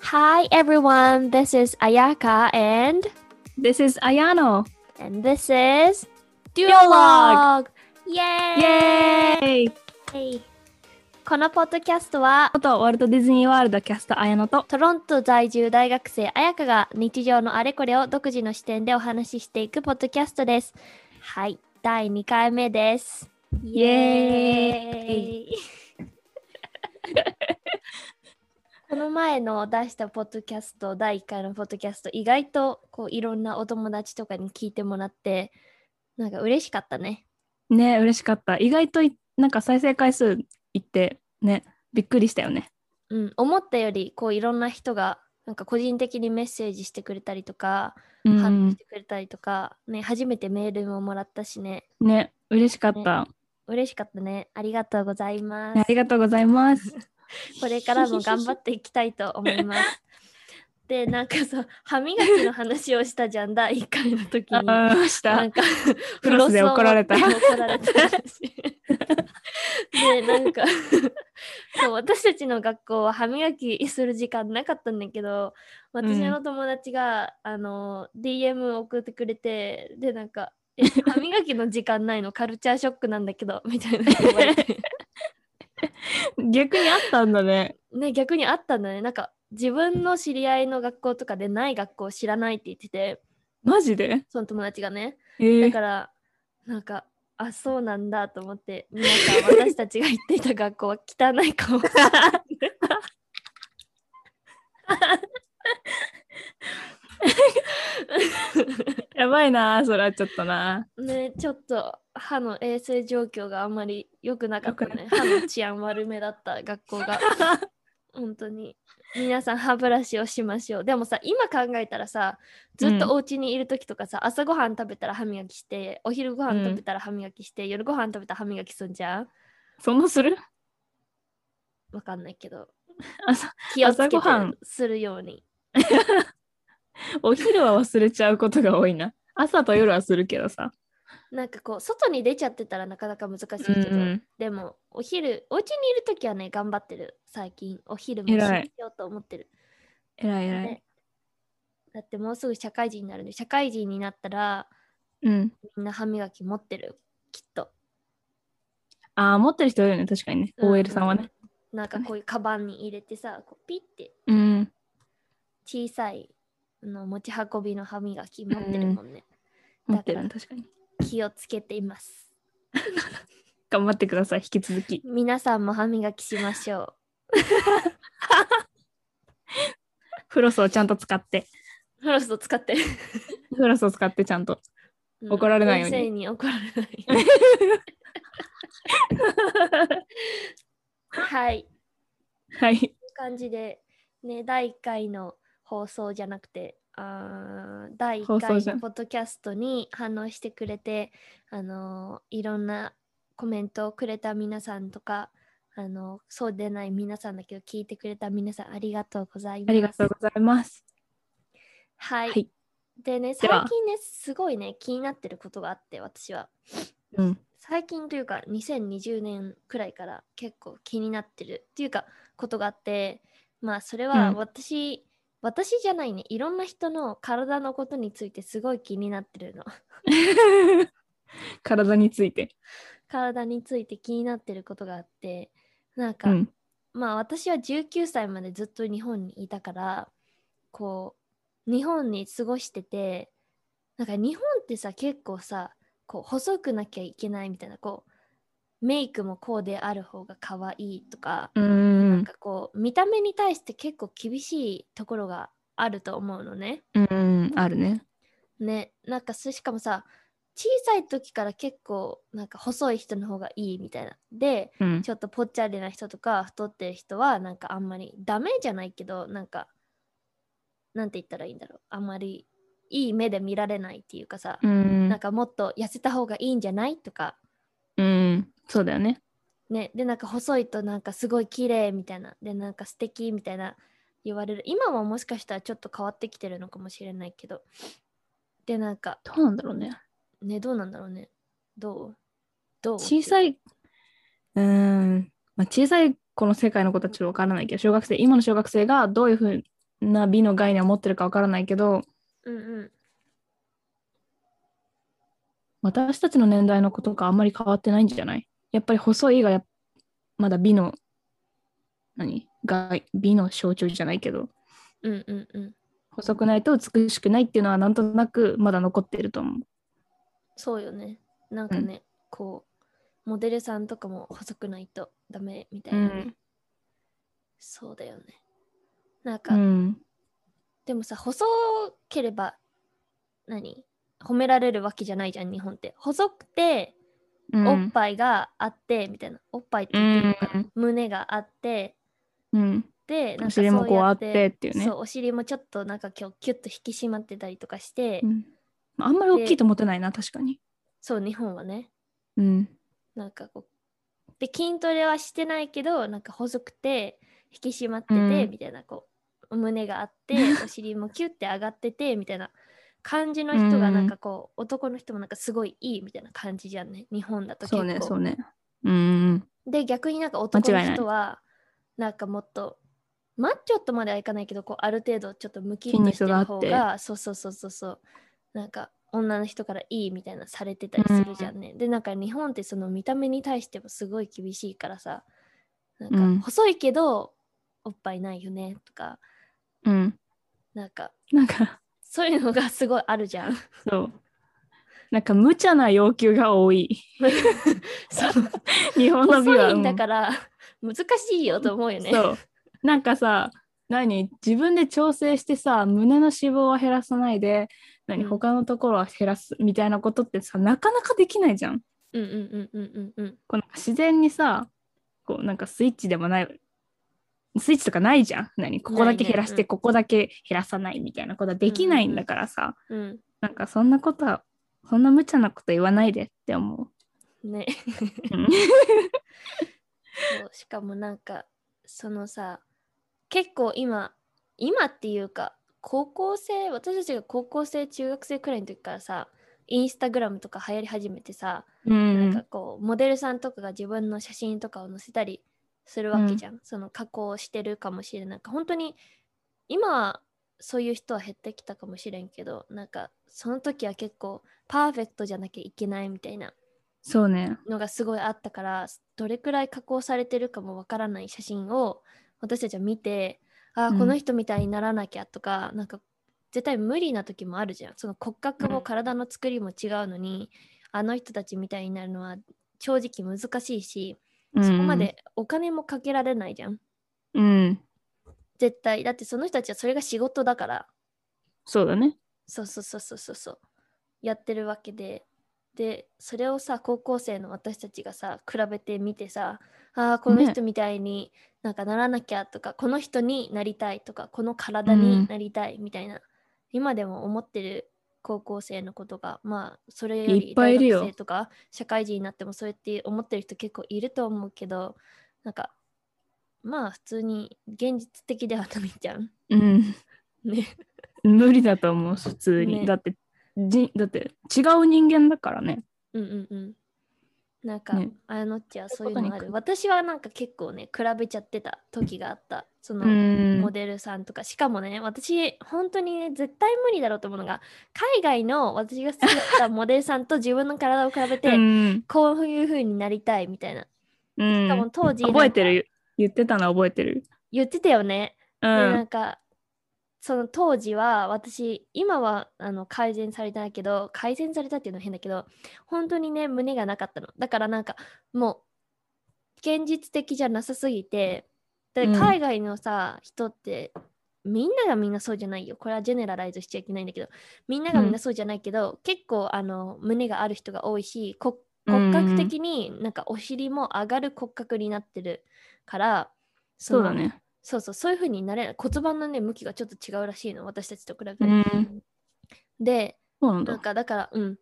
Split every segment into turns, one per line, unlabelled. Hi everyone, this is Ayaka and
This is Ayano!
and this is
Duologue.
Yay!
イエーイ
このポッドキャストは
元ワールドディズニーワールドキャスト綾乃と
トロント在住大学生彩香が日常のあれこれを独自の視点でお話ししていくポッドキャストです。はい、第2回目です。イ
エー
イ この前の出したポッドキャスト第1回のポッドキャスト意外とこういろんなお友達とかに聞いてもらってなんか嬉しかったね。
ね嬉しかった意外といなんか再生回数いってねびっくりしたよね
うん、思ったよりこういろんな人がなんか個人的にメッセージしてくれたりとか、
う
反応し
ん
てくれたりとか、ね、初めてメールももらったしね、
ね嬉しかった、
嬉しかったね。ありがとうございます。
ありがとうございます
これからも頑張っていきたいと思います。で、なんかさ、歯磨きの話をしたじゃん、第1回の時
あ
に。な
ーした
んか、
クロスで怒られた
フロスを持って怒られたしで、なんか、そう、私たちの学校は歯磨きする時間なかったんだけど、私の友達が、あの、DM を送ってくれて、で、なんか、え歯磨きの時間ないのカルチャーショックなんだけどみたいな言われて
逆にあったんだね
ね逆にあったんだねなんか自分の知り合いの学校とかでない学校を知らないって言ってて
マジで
その友達がね
えー
だからなんかあそうなんだと思って皆さんか私たちが行っていた学校は汚いかも
やばいなそれはちょっとな
ねちょっと歯の衛生状況があんまり良くなかったね
良く
歯の治安悪めだった学校 が本当に皆さん歯ブラシをしましょうでもさ今考えたらさずっ
う
と
ん
お家にいる時とかさ、朝ごはん食べたら歯磨きしてお昼ごはん食べたら歯磨きして、夜ごはん食べたら歯磨きすんじゃん
そんなする
わかんないけど
朝
気をつけて
朝ごはん
するように
お昼は忘れちゃうことが多いな朝と夜はするけどさ
なんかこう外に出ちゃってたらなかなか難しいけど、でもお昼お家にいる時はね頑張ってる最近お昼もしよ
偉いう
と思ってる
えらいえらい
ねだってもうすぐ社会人になるんで社会人になったら
うん
みんな歯磨き持ってるきっと
ああ、持ってる人多いよね、確かにね。
うん
OL さんはね。
なんかこういうカバンに入れてさこうピッて
うん。
小さいあの持ち運びの歯磨き持ってるもんね、
持ってる
だ
ね、
か
確かに。
気をつけています
頑張ってください、引き続き。
皆さんも歯磨きしまし ょ
フロスをちゃんと使って。
うフロスを使って
フロスを使ってちゃんと。怒られないように
先生に怒られないように はい
はい。
感じで、ね、第1回の放送じゃなくて、あー第1
放送
回
じゃ
の
ん
ポッドキャストに反応してくれて、あのーいろんなコメントをくれた皆さんとか、あのーそうでない皆さんだけど聞いてくれた皆さんありがとうございます。
ありがとうございます。
はい、
はい
でね、
で
最
は
近ね、すごいね、気になってることがあって、私は。
うん。
最近というか2020年くらいから結構気になってるっていうかことがあってまあそれは
うん
私、私じゃないねいろんな人の体のことについてすごい気になってるの
体について。
体について気になってることがあってなん
う
か、
ん。
まあ私は19歳までずっと日本にいたからこう日本に過ごしててなんか日本ってさ結構さこう細くなきゃいけないみたいなこうメイクもこうである方が可愛いとか、
う
なん
ん。
かこう見た目に対して結構厳しいところがあると思うのね。
うん。あるね。
ねなんかそしかもさ小さい時から結構なんか細い人の方がいいみたいな。で
うん。
ちょっとぽっちゃりな人とか太ってる人はなんかあんまりダメじゃないけどなんかなんて言ったらいいんだろうあんまりいい目で見られないっていうかさ、
うん
なんかもっと痩せた方がいいんじゃないとか
うん。そうだよね。
ねでなんか細いとなんかすごい綺麗みたいなでなんか素敵みたいな言われる今はもしかしたらちょっと変わってきてるのかもしれないけどでなんか
どうなんだろうね。
ねどうなんだろうねどうどう
小
い
さい、うーん。まあ、小さいこの世界のことはちょっとわからないけど、小学生、今の小学生がどういうふうな美の概念を持ってるかわからないけど
うんうん。
私たちの年代の子とかあんまり変わってないんじゃないやっぱり細いがやっまだ美の何概美の象徴じゃないけど
うんうんうん。
細くないと美しくないっていうのはなんとなくまだ残ってると思う。
そうよね。なんかね、こう、モデルさんとかも細くないとダメみたいなね。
うん
そうだよね。なん
う
か、
ん、
でもさ、細ければ、何褒められるわけじゃないじゃん、日本って。細くて、
うん
おっぱいがあって、みたいな。おっぱいって
う
言っていい
ん
のかな、胸があって、
うん
で、なん
お
かそう
尻
やって
もこうあってっていうね
そう、お尻もちょっとなんか今日キュッと引き締まってたりとかして、
うんあんまり大きいと思ってないな確かに。
そう、日本はね。
うん
なんかこうで筋トレはしてないけどなんか細くて引き締まってて、
うん
みたいなこう胸があって お尻もキュッて上がっててみたいな感じの人が
うん
なんかこう、男の人もなんかすごいいいみたいな感じじゃんね日本だと結構
そうねそうね。うん
で逆になんか男の
間違いない
人はなんかもっとマッチョとまではいかないけどこうある程度ちょっとムキッ
筋
と
肉
して
があ
る
って
方がそうそうそうそうそうなんか女の人からいいみたいなされてたりするじゃんね、でなんか日本ってその見た目に対してもすごい厳しいからさな
うんん
か細いけどおっぱいないよねとか
うん
なんか
なんか
そういうのがすごいあるじゃ ん
そうなんか無茶な要求が多い
そう
日本の美は
細いんだから難しいよと思うよね
そうなんかさ何自分で調整してさ胸の脂肪は減らさないで何
うん
他のところは減らすみたいなことってさなかなかできないじゃん。
うんうんうんうんうんうん
こうなんか自然にさこうなんかスイッチでもないスイッチとかないじゃん何ここだけ減らして、
ないねうん
ここだけ減らさないみたいなことはできないんだからさ、
うん
なんかそんなことはそんな無茶なこと言わないでって 思
ね
う。うん
そうしかもなんかそのさ結構今今っていうか高校生私たちが高校生中学生くらいの時からさインスタグラムとか流行り始めてさ、
う
な
ん
んかこうモデルさんとかが自分の写真とかを載せたりするわけじゃん、その加工してるかもしれないなんか本当に今はそういう人は減ってきたかもしれんけどなんかその時は結構パーフェクトじゃなきゃいけないみたいな
そうね。
のがすごいあったからどれくらい加工されてるかもわからない写真を私たちは見てあ
う
ー
ん
この人みたいにならなきゃとか、なんか絶対無理な時もあるじゃんその骨格
う
も
ん
体の作りも違うのに、あの人たちみたいになるのは正直難しいし、
うん
そこまでお金もかけられないじゃん
うん
絶対だってその人たちはそれが仕事だから
そうだね。
そうそうそうそうそうそうやってるわけででそれをさ高校生の私たちがさ比べてみてさあーこの
ね
人みたいになんかならなきゃとか、この人になりたいとかこの体になりたいみたいな、今でも思ってる高校生のことがまあそれよ
い
り
っぱい
大
いるよ
学生とか社会人になってもそうやって思ってる人結構いると思うけどなんかまあ普通に現実的ではないじゃん。
うん
ね。
無理だと思う普通に、
ね
だってじだって違う人間だからね。
うんうんうん。なんか、
ね
あやのっちはそういう
そうい
の
うこ
あ
とに
る。私はなんか結構ね、比べちゃってた時があった。その、
うん
モデルさんとか、しかもね、私、本当にね、絶対無理だろうと思うのが、海外の私が好きだ ったモデルさんと自分の体を比べて、
うん
こういう風になりたいみたいな。
う
しかも
ん、
当時、
覚えてる。言ってたの覚えてる。
言ってたよね。
う
でなんんかその当時は私今はあの改善されてないけど改善されたっていうのは変だけど本当にね胸がなかったのだからなんかもう現実的じゃなさすぎてで
うん
海外のさ、人ってみんながみんなそうじゃないよこれはジェネラライズしちゃいけないんだけどみんながみんなそうじゃないけど、結構あの胸がある人が多いし骨骨格的になんかお尻も上がる骨格になってるから
そう
の
だね。
そうそう、そういう風になれない。骨盤のね、向きがちょっと違うらしいの、私たちと比べて。
うん
で、
そうなん
なん
だ。
かだから、うん。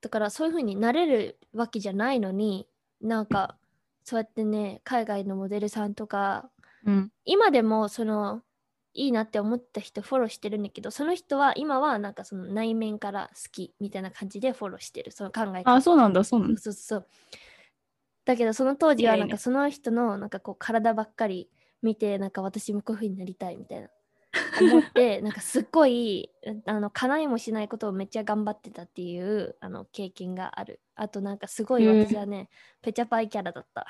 だからそういう風になれるわけじゃないのに、なんか、そうやってね、海外のモデルさんとか、
うん
今でもその、いいなって思った人フォローしてるんだけど、その人は今はなんかその内面から好きみたいな感じでフォローしてる、その考え方
あそうなんだそうなんだ。
そうそうそう。だけどその当時
い
は
や
ないん
いね
かその人のなんかこう体ばっかり見てなんか私もこういう風になりたいみたいな思ってなんかすっごいあの叶いもしないことをめっちゃ頑張ってたっていうあの経験があるあとなんかすごい
うん
私はね、ペチャパイキャラだった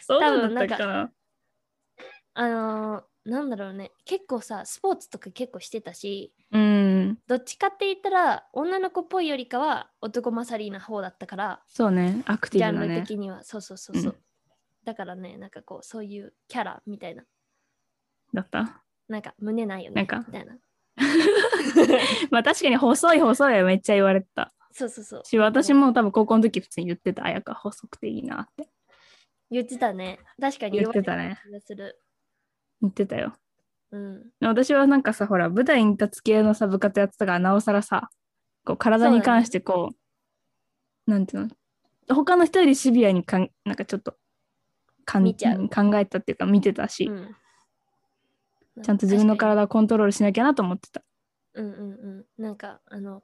そう
な
なんん
だっ
だったた
か
かな。
あのーなんだろうね結構さスポーツとか結構してたし
うん。
どっちかって言ったら女の子っぽいよりかは男勝りな方だったから
そうね。アクテ
ジ
ィ
ャ
ブな
ンル
ね。
的には、そうそうそうそう、
うん
だからねなんかこうそういうキャラみたいな
だった。
なんか胸ないよね
なんか
みたいな
まあ確かに細い細いはめっちゃ言われてた。
そうそうそう
し、私も多分高校の時普通に言ってた。あやか細くていいなって。
言ってたね確かに
言って
わ
た
れ
ね。
気がする
言ってたよ。
うん
私はなんかさ、ほら、舞台に立つ系のさ、部活やってたから、なおさらさ、こう体に関してこう、なんていうの、他の人よりシビアにかん、なんかちょっと、かん
見ちゃう
考えたっていうか、見てたし、
う
ちゃんと自分の
確か
体をコントロールしなきゃなと思ってた。
にうんうんうんなんかあの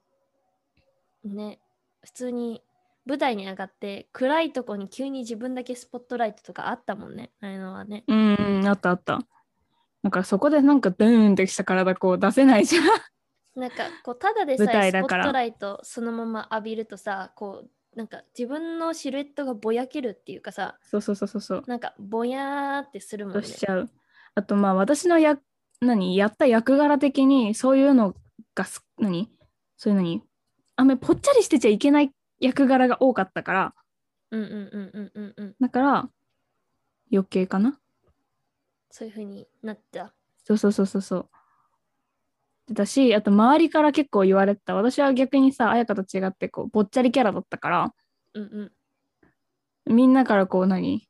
ね普通に舞台に上がって暗いとこに急に自分だけスポットライトとかあったもんねああいうのはね
うんうん、あったあった。だからそこでなんかドゥーンってした体こう出せないじゃん。
なんかこうただでさ
舞
え
台
ス
だ
ポ
か
ッ
ら
トライトそのまま浴びるとさこうなんか自分のシルエットがぼやけるっていうかさ
そうそうそうそうそう。
なんかぼやーってするもん
と
ね
しちゃう。あとまあ私のや何やった役柄的にそういうのがす何そういう何あんまりぽっちゃりしてちゃいけない役柄が多かったから
うんうんうんうんうんうん
だから余計かな
そういう風になった
そうそうそうそうそう。だしあと周りから結構言われてた私は逆にさ彩香と違ってこうぽっちゃりキャラだったから
うんうん
みんなからこう何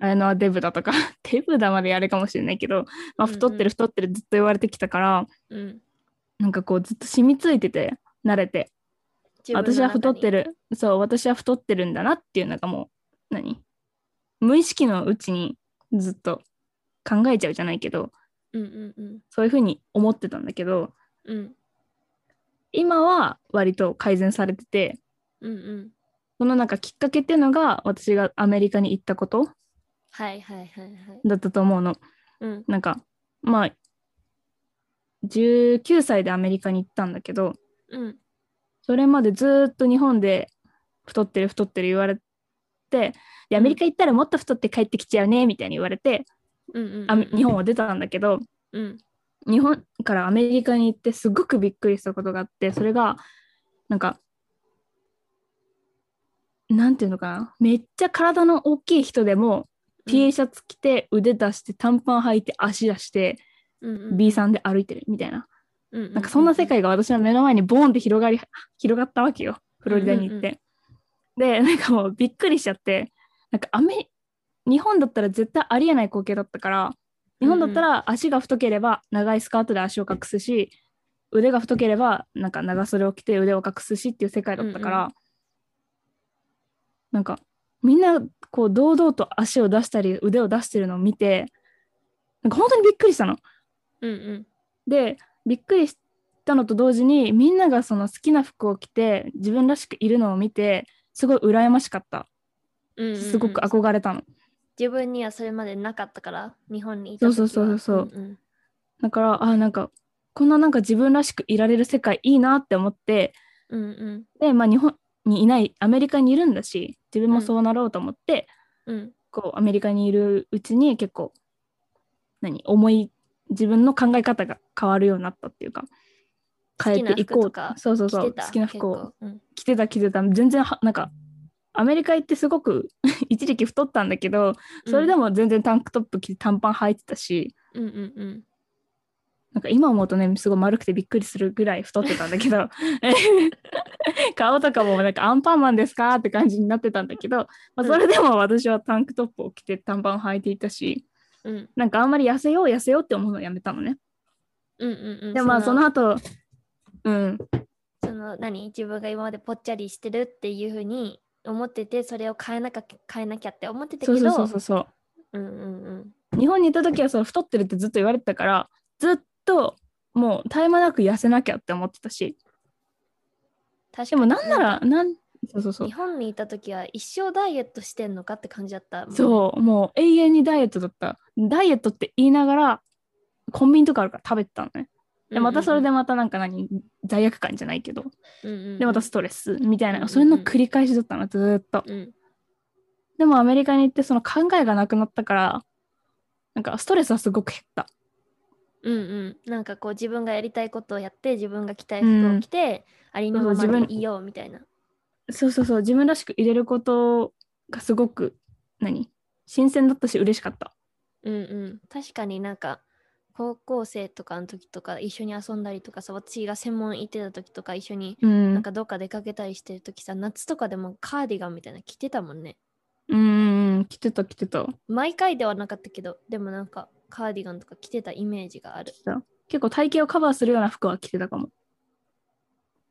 綾乃はデブだとか デブだまでやれかもしれないけど、まあ、
うんうん
太ってる太ってるずっと言われてきたから、
うん
なんかこうずっと染みついてて慣れて私は太って
る
るそう私は太ってるんだなっていうなんかもう何無意識のうちにずっと考えちゃうじゃないけど
うんうんうん
そういうふうに思ってたんだけど
うん
今は割と改善されてて
うんうん
そのなんかきっかけっていうのが私がアメリカに行ったこと
はいはいはいはい。
だったと思うの
うん
なんかまあ19歳でアメリカに行ったんだけど、
うん
それまでずーっと日本で太ってる太ってる言われてでアメリカ行ったらもっと太って帰ってきちゃうねみたいに言われて、
うんうん
あ
うん
日本は出たんだけど
うん
日本からアメリカに行ってすごくびっくりしたことがあってそれがなんかなんていうのかなめっちゃ体の大きい人でも T シャツ着て腕出して短パン履いて足出して
うんうん
B さんで歩いてるみたいな
うん
なんかそんな世界が私の目の前にボーンって広がり広がったわけよフロリダに行って。でなんかもうびっくりしちゃってなんかアメ日本だったら絶対ありえない光景だったから日本だったら足が太ければ長いスカートで足を隠すし腕が太ければなんか長袖を着て腕を隠すしっていう世界だったから、
うんう
なんかみんなこう堂々と足を出したり腕を出してるのを見てなんか本当にびっくりしたの。
うんうん
でびっくりしたのと同時にみんながその好きな服を着て自分らしくいるのを見てすごい羨ましかった
うんうんうん
すごく憧れたの、
自分にはそれまでなかったから日本にいた
そう
時
そう
は
そうそう
うんうん
だからあなんかこんななんか自分らしくいられる世界いいなって思って
うんうん
で、まあ、日本にいないアメリカにいるんだし自分もそうなろうと思って、
うん
こうアメリカにいるうちに結構何思い自分の考え方が変わるようになったっていうか変えていこ
好きな服と
う
か
そうそう
着
そ
て
う
た
好きな服を
結構うん
着てた着てた全然はなんかアメリカ行ってすごく 一時期太ったんだけどそれでも全然タンクトップ着て短パン履いてたし、
うんうんうん
なんか今思うとねすごい丸くてびっくりするぐらい太ってたんだけど 顔とかもなんかアンパンマンですかって感じになってたんだけど、まあ、それでも私はタンクトップを着て短パン履いていたし
うん
なんかあんまり痩せよう痩せようって思うのやめたのね
うんうんうん
でもまあその後うん
その何自分が今までぽっちゃりしてるっていうふうに思っててそれを変えなきゃ変えなきゃって思ってたけ
そ
ど
うそうそうそうそ
う
う
んうんうん
日本にいた時はその太ってるってずっと言われてたからずっともう絶え間なく痩せなきゃって思ってたし
確か
で
に
もなんならなんそうそうそう
日本にいた時は一生ダイエットしてんのかって感じだったもんね、
そうもう永遠にダイエットだったダイエットって言いながらコンビニとかあるから食べてたのね
う
で
ん
またそれでまたなんか何罪悪感じゃないけど
うんうん
でまたストレスみたい
うんうんう
なんそれの繰り返しだったのずーっと
うん
でもアメリカに行ってその考えがなくなったからなんかストレスはすごく減った
うんうんなんかこう自分がやりたいことをやって自分が着たい服を着て、ありのま
そうそう
ま
自分
でいようみたいな
そうそうそう自分らしく入れることがすごく何新鮮だったし嬉しかった
うんうん確かになんか高校生とかの時とか一緒に遊んだりとかさ私が専門行ってた時とか一緒に
うん
なんかどっか出かけたりしてる時さ、夏とかでもカーディガンみたいなの着てたもんね
うんうんうん来てた来てた
毎回ではなかったけどでもなんかカーディガンとか着てたイメージがある
来てた結構体型をカバーするような服は着てたかも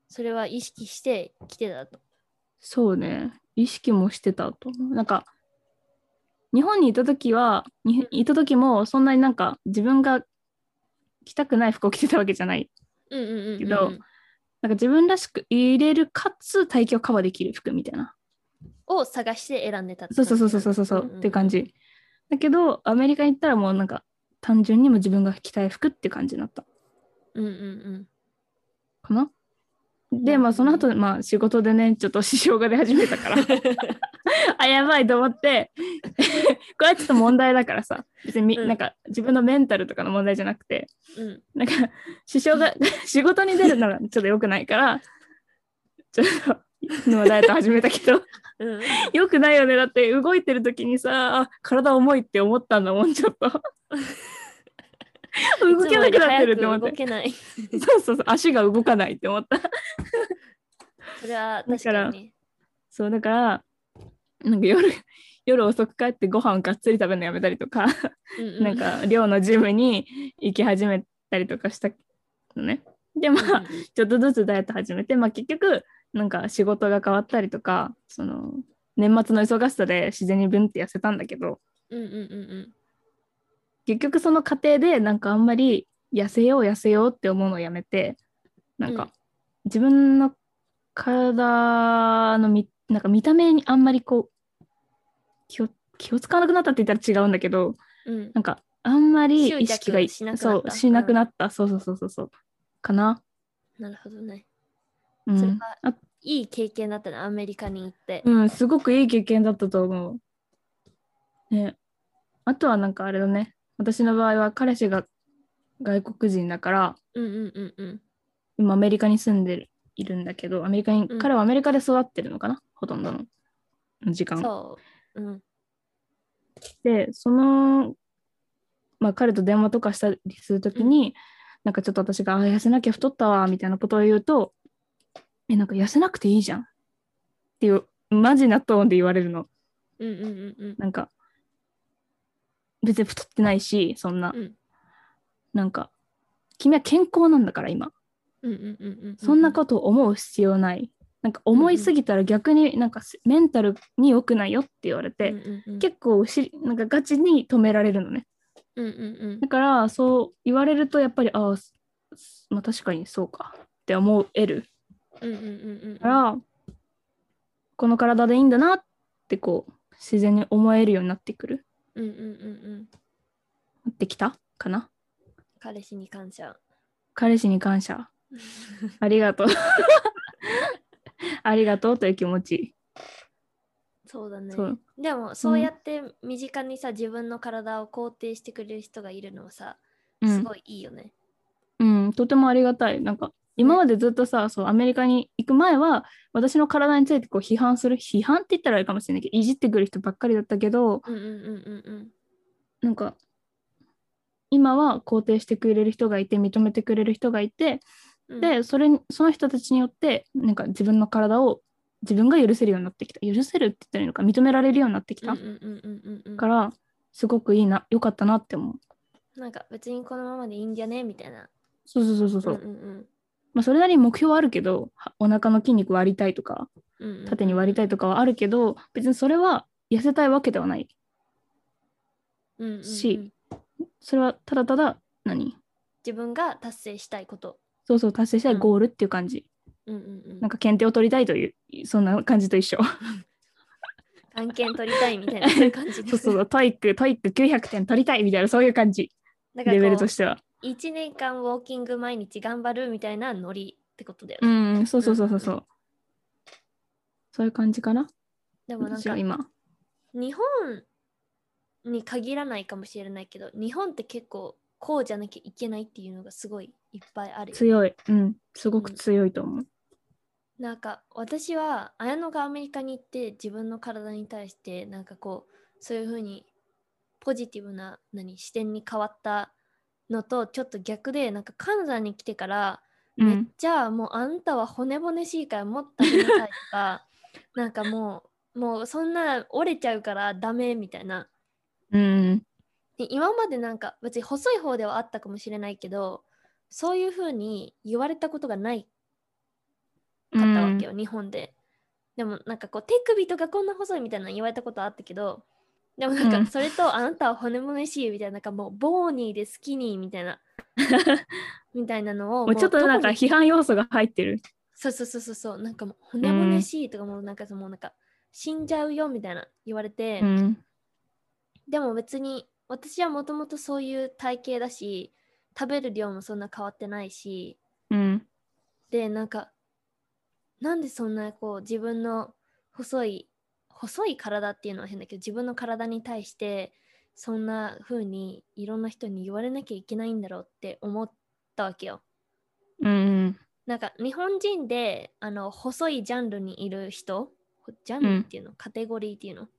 それは意識して着てたと
そうね意識もしてたと思うなんか日本にいた時はにいた時もそんなになんか自分が着たくない服を着てたわけじゃない
うんうんうんうんうん
けどなんか自分らしく入れるかつ体型をカバーできる服みたいな
を探して選んでたって
そ
感じ
うそうそうそうそうそうそう、っていう感
じ
じだけどアメリカ行ったらもうなんか単純にも自分が着たい服って感じになった
うんうんうん
かな
う
で
ん
まあその後まあ仕事でねちょっと支障が出始め たからあやばいと思って これはちょっと問題だからさ別にみ、
うん
なんか自分のメンタルとかの問題じゃなくて
うん
なんか支 障が仕事に出るならちょっと良くないからちょっとのダイエット始めたけど
うん
良くないよねだって動いてる時にさあ体重いって思ったんだもんちょっ と動けなくなってるって思っ
いつもより早く動
て
けない。
そうそうそう足が動かないって思った
それは
だ
確
から
かにね。
そうだからなんか夜夜遅く帰ってご飯をがっつり食べるのやめたりとか、
うう
なんか寮のジムに行き始めたりとかしたのね。でまあ、ちょっとずつダイエット始めて、まあ、結局なんか仕事が変わったりとかその年末の忙しさで自然にブンって痩せたんだけど
うんうんうん
結局その過程でなんかあんまり痩せよう痩せようって思うのをやめてなん
うん
か自分の体のみなんか見た目にあんまりこう気を気を使わなくなったって言ったら違うんだけど
うんうん。
なんかあんまり
執着
意識がい
しなくなった
そうしなくなった、そうそうそうそうそうかな、
なるほどね。
うん、
それは
あ
いい経験だったな、アメリカに行って。
うん、すごくいい経験だったと思う。ね、あとはなんかあれだね、私の場合は彼氏が外国人だから、
うんうんうんうん。
今アメリカに住んでるいるんだけど、アメリカに、
うん
彼はアメリカで育ってるのかな、ほとんどの時間を。
そう。うん
で、その、まあ、彼と電話とかしたりするときに、なんかちょっと私が、あー、痩せなきゃ太ったわ、みたいなことを言うと、え、なんか痩せなくていいじゃんっていう、マジなトーンで言われるの。
うんうんうん
なんか、別に太ってないし、そんな、
うん。うん
なんか、君は健康なんだから今、
うんうんうんうんうん。
そんなことを思う必要ない。なんか思いすぎたら逆になんかすメンタルに良くないよって言われ
と
て、
結
結構しなんかガチに止められるのね。
構。うんうん
だからそう言われるとやっぱり、ああ、すすまあ確かにそうかって思える
うん。うんうんうんうん。
から、この体でいいんだなってこう、自然に思えるようになってくる。
うんうんうんうん。
なってきたかな
彼氏に感謝。
彼氏に感謝。 ありがとう。 ありがとうという気持ち。
そうだね
そ。う。
でも、そうやって身近にさ、自分の体を肯定してくれる人がいるのはさ、
う
す
ん
ごいいいよね。
うん、とてもありがたい。なんか、今までずっとさ、そう、アメリカに行く前は、私の体についてこう批判する、批判って言ったらあれかもしれないけど、いじってくる人ばっかりだったけど、
うんうんうんうんうん。
なんか、今は肯定してくれる人がいて、認めてくれる人がいて、
うん、
で、それに、その人たちによって、なんか自分の体を自分が許せるようになってきた。許せるって言ったらいいのか、認められるようになってき
うん
た
う。んうんうんうんうん、
から、すごくいいな、良かったなって思う。
なんか別にこのままでいいんじゃねみたいな。
そうそうそうそうそう。
んうん
まあ、それなりに目標はあるけど、はお腹の筋肉割りたいとか、
うんうんうん、
縦に割りたいとかはあるけど、別にそれは痩せたいわけではない。
うんうんうん
しそれはただただ何、
自分が達成したいこと。
そうそう、達成したいゴールっていう感じ。
うんうんうん、
なんか検定を取りたいという、そんな感じと一緒。
案件取りたいみたいな感じ
そうそうそう、トイック、トイック900点取りたいみたいな、そういう感じ、
なんかこ
レ
う
ベルとしては。
1年間ウォーキング毎日頑張るみたいなノリってことだよ
う
ね。
ん、そうそうそうそうそう。そういう感じかな、
でもなん
私
か
は今。
日本に限らないかもしれないけど日本って結構こうじゃなきゃいけないっていうのがすごいいっぱいあるよね
強い、うん、すごく強いと思う。
なんか私は綾乃がアメリカに行って自分の体に対してなんかこうそういうふうにポジティブな何視点に変わったのとちょっと逆でなんかカナダに来てから、
うん、
めっちゃもうあんたは骨々しいからもっと食べなさいとかなんかもうもうそんな折れちゃうからダメみたいな
うん、
で今までなんか別に細い方ではあったかもしれないけどそういうふうに言われたことがない
う
買ったわ
ん
けよ、日本で。でもなんかこう手首とかこんな細いみたいなの言われたことあったけどでもなん
うん
かそれとあなたは骨々しいみたいななんかもうボーニーでスキニーみたい なみたいなのを
もうちょっとなんか
特に
批判要素が入ってる。
そうそうそうそうそうなんかもう骨々しいとかもうなんかそのなんか死んじゃうよみたいな言われて、
うん、
でも別に私はもともとそういう体型だし食べる量もそんな変わってないし
うん、
でなんかなんでそんなこう自分の細い細い体っていうのは変だけど自分の体に対してそんな風にいろんな人に言われなきゃいけないんだろうって思ったわけよ。
うん、
なんか日本人であの細いジャンルにいる人ほジャンルっていうの、カテゴリーっていうの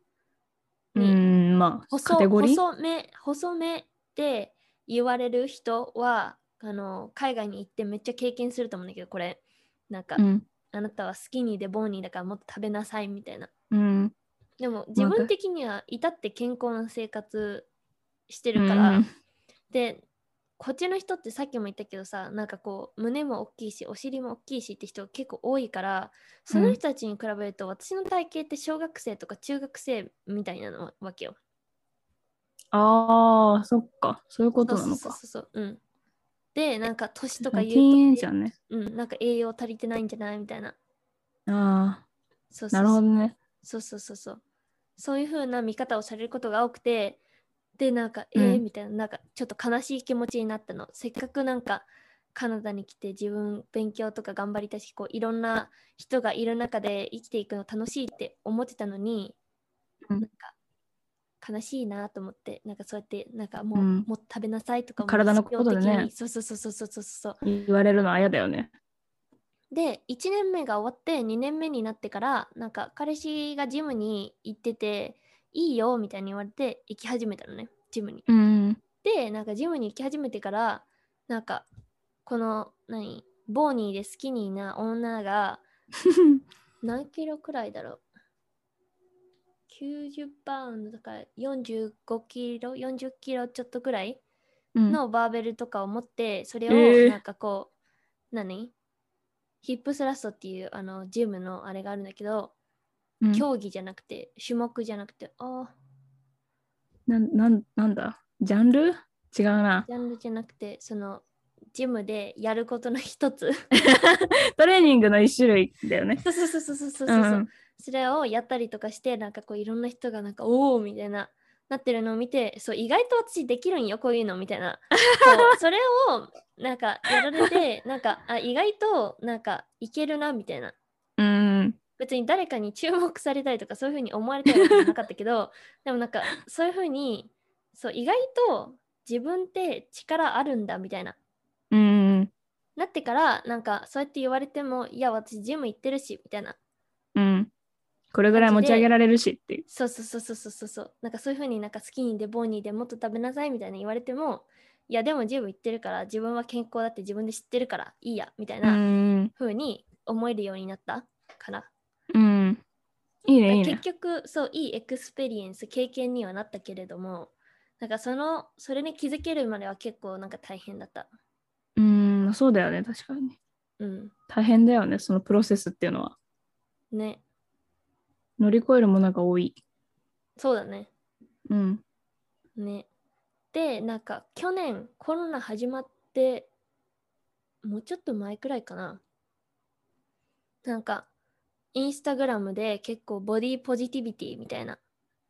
う
に
ん、まあ、
細
カテゴリー。
細め細めって言われる人はあの海外に行ってめっちゃ経験すると思うんだけどこれなんか、
うん、
あなたはスキニーでボーニーだからもっと食べなさいみたいな
うん、
でも自分的には至って健康な生活してるか
う
ら
ん
でこっちの人ってさっきも言ったけどさなんかこう胸も大きいしお尻も大きいしって人が結構多いからその人たちに比べると私の体型って小学生とか中学生みたいなのわけよ
ああ、そっか、そういうことなの
そう
か。
そうそうそううんでなんか年と
テ
か
ィ
言う
ーンエイ
と
ジャーね。
うん、なんか栄養足りてないんじゃないみたいな
あ
そうそうそう
あ、なるほどね。
そうそうそうそう。そういう風な見方をされることが多くて、で、なんか、
うん
えー、みたいな、なんか、ちょっと悲しい気持ちになったの。せっかくなんか、カナダに来て自分勉強とか頑張りたいし、こういろんな人がいる中で生きていくの楽しいって思ってたのに、
うん
なんか、悲しいなと思って、なんかそうやって、なんかもう、
うん
もっと食べなさいとかも、
体のことでね
必要的にそうそうそうそうそうそうそう。
言われるのは嫌だよね。
で1年目が終わって2年目になってからなんか彼氏がジムに行ってていいよみたいに言われて行き始めたのねジムに。
うん、
でなんかジムに行き始めてからなんかこの何ボーニーでスキニーな女が何キロくらいだろう90パウンドとか45キロ40キロちょっとくらい
うん、
のバーベルとかを持ってそれ
え
を
ー
なんかこう、何ヒップスラストっていうあのジムのあれがあるんだけど、
うん
競技じゃなくて種目じゃなくてああ
なんなんなんだジャンル違うな。
ジャンルじゃなくてそのジムでやることの一 つ
トレーニングの一種類だよね。
そうそうそうそうそうそう
う
そう、
ん
それをやったりとかしてなんかこういろんな人がなんかおおみたいななってるのを見てそう意外と私できるんよこういうのみたい なそうそれをなんかやられてなんかあ意外となんかいけるなみたいな
うん、
別に誰かに注目されたりとかそういうふうに思われたりとかなかったけ どでもなんかそういうふうにそう意外と自分って力あるんだみたいな
うん、
なってからなんかそうやって言われてもいや私ジム行ってるしみたいな
うん。これぐらい持ち上げられるしっていう。、
そうそうそうそうそうそうそうなんかそういうふうになんかスキニーでボーニーでもっと食べなさいみたいな言われてもいやでもジム行ってるから自分は健康だって自分で知ってるからいいやみたいうなんふうに思えるようになったかな、
うん。いいね、いい
結
ね。
局そういいエクスペリエンス経験にはなったけれどもなんかそのそれに気づけるまでは結構なんか大変だった
うん、そうだよね、確かに。
うん
大変だよね、そのプロセスっていうのは。
ね
乗り越えるものが多い。
そうだね
うん。
ねでなんか去年コロナ始まってもうちょっと前くらいかななんかインスタグラムで結構ボディポジティビティみたいな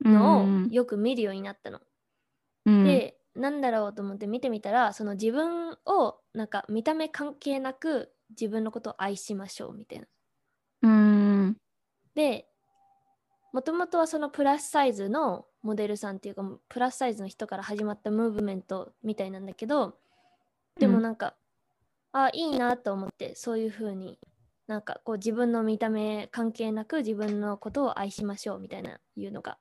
う
のを
ん
よく見るようになったの。
うん、
で、なんだろうと思って見てみたら、その自分をなんか見た目関係なく自分のことを愛しましょうみたいな。
うん
で、もともとはそのプラスサイズのモデルさんっていうか、プラスサイズの人から始まったムーブメントみたいなんだけど、でもなんか、あいいなと思ってそういう風になんかこう自分の見た目関係なく自分のことを愛しましょうみたいないうのが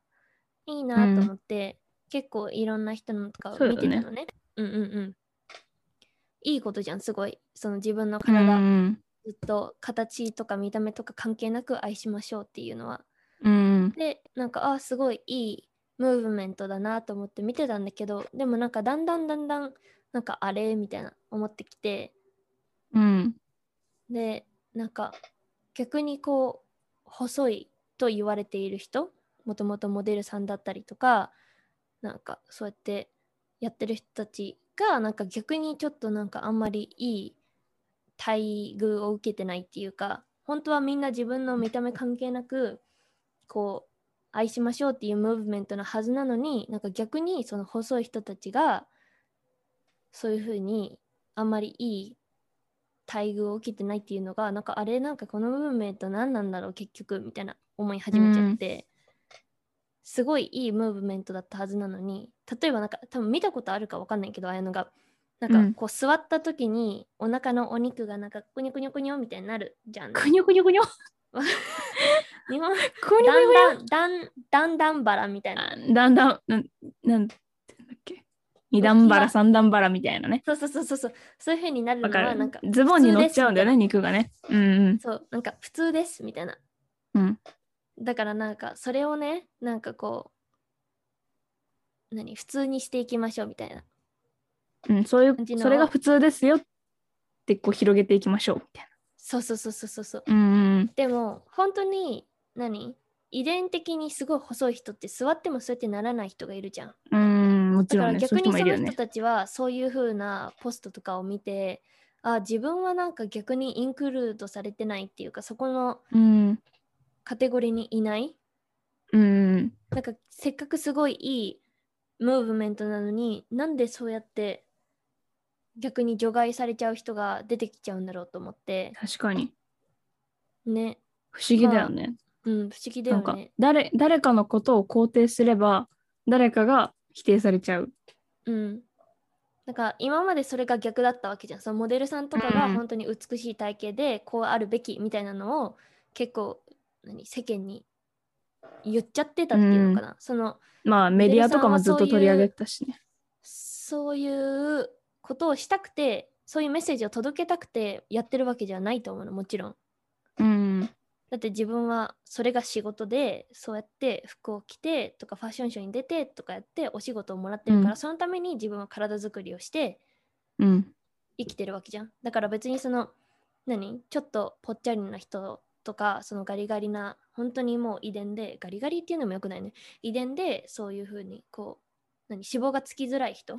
いいなと思って、結構いろんな人のとかを
そうだ
見
ね
てたのね。うんうんうん。いいことじゃんすごいその自分の
うん
体、ずっと形とか見た目とか関係なく愛しましょうっていうのは。
うん
でなんかあすごいいいムーブメントだなと思って見てたんだけどでもなんかだんだんだんだんなんかあれみたいな思ってきて
うん
でなんか逆にこう細いと言われている人もともとモデルさんだったりとかなんかそうやってやってる人たちがなんか逆にちょっとなんかあんまりいい待遇を受けてないっていうか本当はみんな自分の見た目関係なくこう愛しましょうっていうムーブメントのはずなのになんか逆にその細い人たちがそういうふうにあんまりいい待遇を受けてないっていうのがなんかあれなんかこのムーブメント何なんだろう結局みたいな思い始めちゃって、すごいいいムーブメントだったはずなのに例えばなんか多分見たことあるかわかんないけどあやのがな
うんん
かこう座った時にお腹のお肉がなんかくにょくにょくにょみたいになるじゃん。
くにょくにょくにょ
日本
くにょ
だんだんだんだんだんバラみたいな。
だんだんなんなんて言うんだっけ二段バラ三段バラみたいなね
そうそうそうそうそうそういう風になるの
わか
はなん
る
か
ズボンに乗っちゃうんだよね
普
肉がねうん
そうなんか普通ですみたいな
うんうん
だからなんかそれをねなんかこう何普通にしていきましょうみたいな
うんそうい
感じ
う
の
それが普通ですよってこう広げていきましょうみたい
そうそうそうそうそうそう
なうん
でも本当に何遺伝的にすごい細い人って座ってもそうやってならない人がいるじゃん
うんうんもち
だか
ろん
ら
ね
逆に
そう
そ
いう人も
の
いるよ
人
ね
たちはそういう風なポストとかを見てあ自分はなんか逆にインクルードされてないっていうかそこの
うん
カテゴリーにいない
うん
なんかせっかくすごいいいムーブメントなのになんでそうやって逆に除外されちゃう人が出てきちゃうんだろうと思って
確かに
ね
不思議だよね
うん不思議だ
なん
よ
か
ね
誰誰かのことを肯定すれば誰かが否定されちゃう
うんなんか今までそれが逆だったわけじゃんそのモデルさんとかが
うん
本当に美しい体型でこうあるべきみたいなのを結構何世間に言っちゃってたっていうのかな、その
まあメディアとかもずっと取り上げてたしね
そういうことをしたくてそういうメッセージを届けたくてやってるわけじゃないと思うのもちろん
うん
だって自分はそれが仕事でそうやって服を着てとかファッションショーに出てとかやってお仕事をもらってるから、
うん
そのために自分は体作りをして
うん
生きてるわけじゃんだから別にその何ちょっとぽっちゃりな人とかそのガリガリな本当にもう遺伝でガリガリっていうのもよくないね遺伝でそういうふうにこう何脂肪がつきづらい人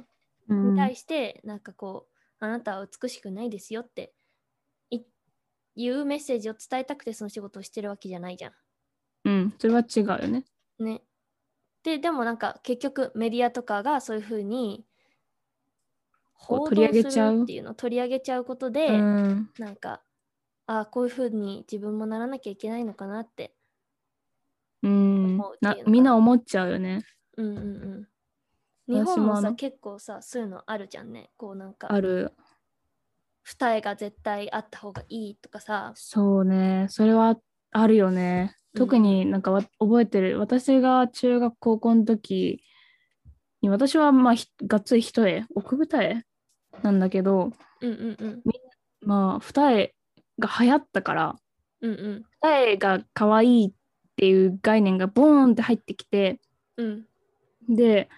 に対して、なんかこうあなたは美しくないですよっていいうメッセージを伝えたくてその仕事をしてるわけじゃないじゃ
うん、それは違うよね。
ん。ね。ででもなんか結局メディアとかがそういうふうに
こう
報道
取り上げ
す
ちゃう
るっていうのを取り上げちゃうことで、
うん、
なんかああこういうふうに自分もならなきゃいけないのかなって。
うん
思うっていうの
な
かな
みんな思っちゃうよね。
うんうんうん、日本も
私もあ
さ
の
結構さそういうのあるじゃんね。こうなんか
ある。
二重が絶対あった方がいいとかさ。
そうね、それはあるよね。
うん
特になんかわ覚えてる。私が中学高校の時に、私はまあひがっつり一重、奥二重なんだけど、
うんうんうん
まあ二重が流行ったから、
うんうん
二重が可愛いっていう概念がボーンって入ってきて、
うん
で、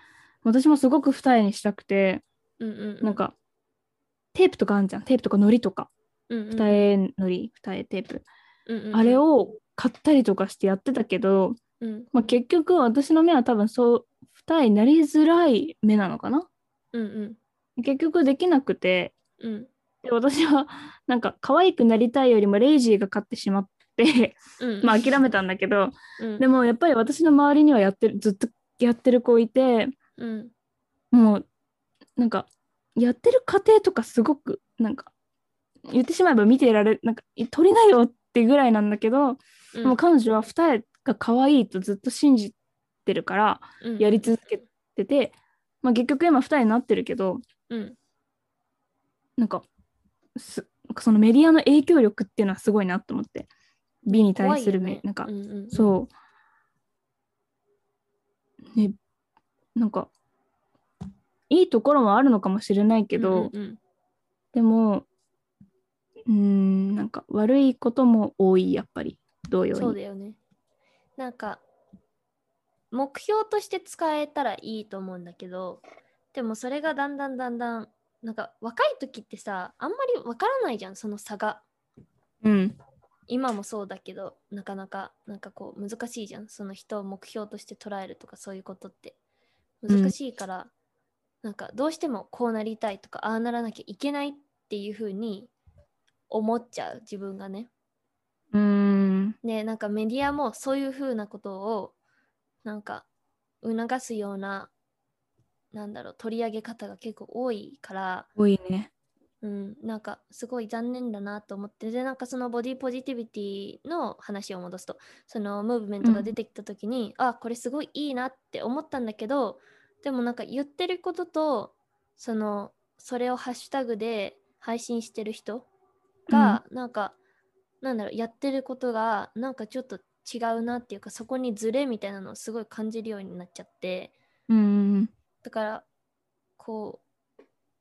私もすごく二重にしたくて、
うんうん
なんかテープとかあんじゃん、テープとか糊とか。二
二
重のり二重テープ、
重
あれ、を買ったりとかしてやってたけど、
うん
まあ、結局私の目は多分そう二重になりづらい目なのかな
うんうん
結局できなくて
うん
で私はなんか可愛くなりたいよりもレイジーが買ってしまっって、
うん
まあ諦めたんだけど、
うん
でもやっぱり私の周りにはやってる、ずっとやってる子いて、
うん
もう、なんか、やってる過程とかすごく、なんか、言ってしまえば見てられ、なんか、取りなよってぐらいなんだけど、
うん
でも彼女は二重が可愛いとずっと信じてるから、
うん
やり続けてて、まあ結局今二重になってるけど、
うん
なんか、すそのメディアの影響力っていうのはすごいなと思って、美に対する
怖
め、
いよね
なんか
う、んうんうん
そう。ね、なんか、いいところもあるのかもしれないけど、
うんうん
でも、うーん、なんか悪いことも多い、やっぱり、同
うん
様に。
そうだよねなんか目標として使えたらいいと思うんだけどでもそれがだんだんだんだんなんか若い時ってさあんまりわからないじゃんその差が
うん、
今もそうだけどなかなかなんかこう難しいじゃんその人を目標として捉えるとかそういうことって
うん
難しいから、なんかどうしてもこうなりたいとかああならなきゃいけないっていう風に思っちゃう自分がね
うーん、
でなんかメディアもそういう風なことをなんか促すようななんだろう取り上げ方が結構多いから
多いね。
うん、なんかすごい残念だなと思ってでなんかそのボディポジティビティの話を戻すとそのムーブメントが出てきた時に、あこれすごいいいなって思ったんだけどでもなんか言ってることとそのそれをハッシュタグで配信してる人が、なんかなんだろうやってることがなんかちょっと違うなっていうかそこにズレみたいなのをすごい感じるようになっちゃって
うん、
だからこ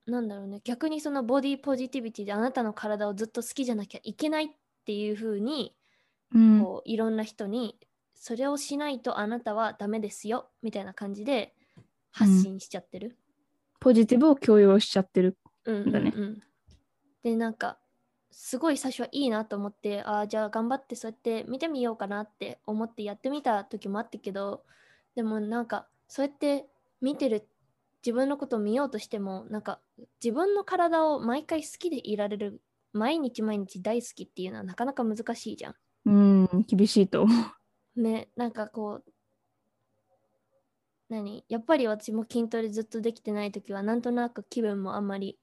うなんだろうね逆にそのボディポジティビティであなたの体をずっと好きじゃなきゃいけないっていう風に
うん、
こういろんな人にそれをしないとあなたはダメですよみたいな感じで発信しちゃってる。
ポジティブを強要しちゃってる。
うんうん
だね
うんでなんかすごい最初はいいなと思ってああじゃあ頑張ってそうやって見てみようかなって思ってやってみた時もあったけどでもなんかそうやって見てる自分のことを見ようとしてもなんか自分の体を毎回好きでいられる毎日毎日大好きっていうのはなかなか難しいじゃん。
うん、厳しいと思う。
ねなんかこう何やっぱり私も筋トレずっとできてない時はなんとなく気分もあんまり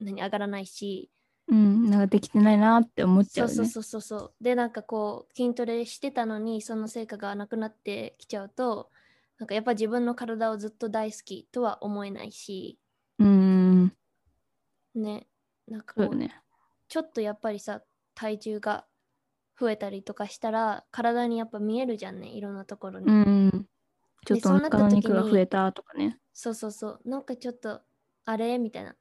何上がらないし
うん、なんかできてないなって思っち
そ
ゃ
う
うね。
そうそうそうそうでなんかこう筋トレしてたのにその成果がなくなってきちゃうとなんかやっぱ自分の体をずっと大好きとは思えないし
うん、
ねなんか
そう
こ
よ
う、
ね。
ちょっとやっぱりさ体重が増えたりとかしたら体にやっぱ見えるじゃんねいろんなところに、
うん、ちょっ
で
と
そう
お
なった
腹の
時
肉が
に
増えたとかね。
そうそうそうなんかちょっとあれみたいな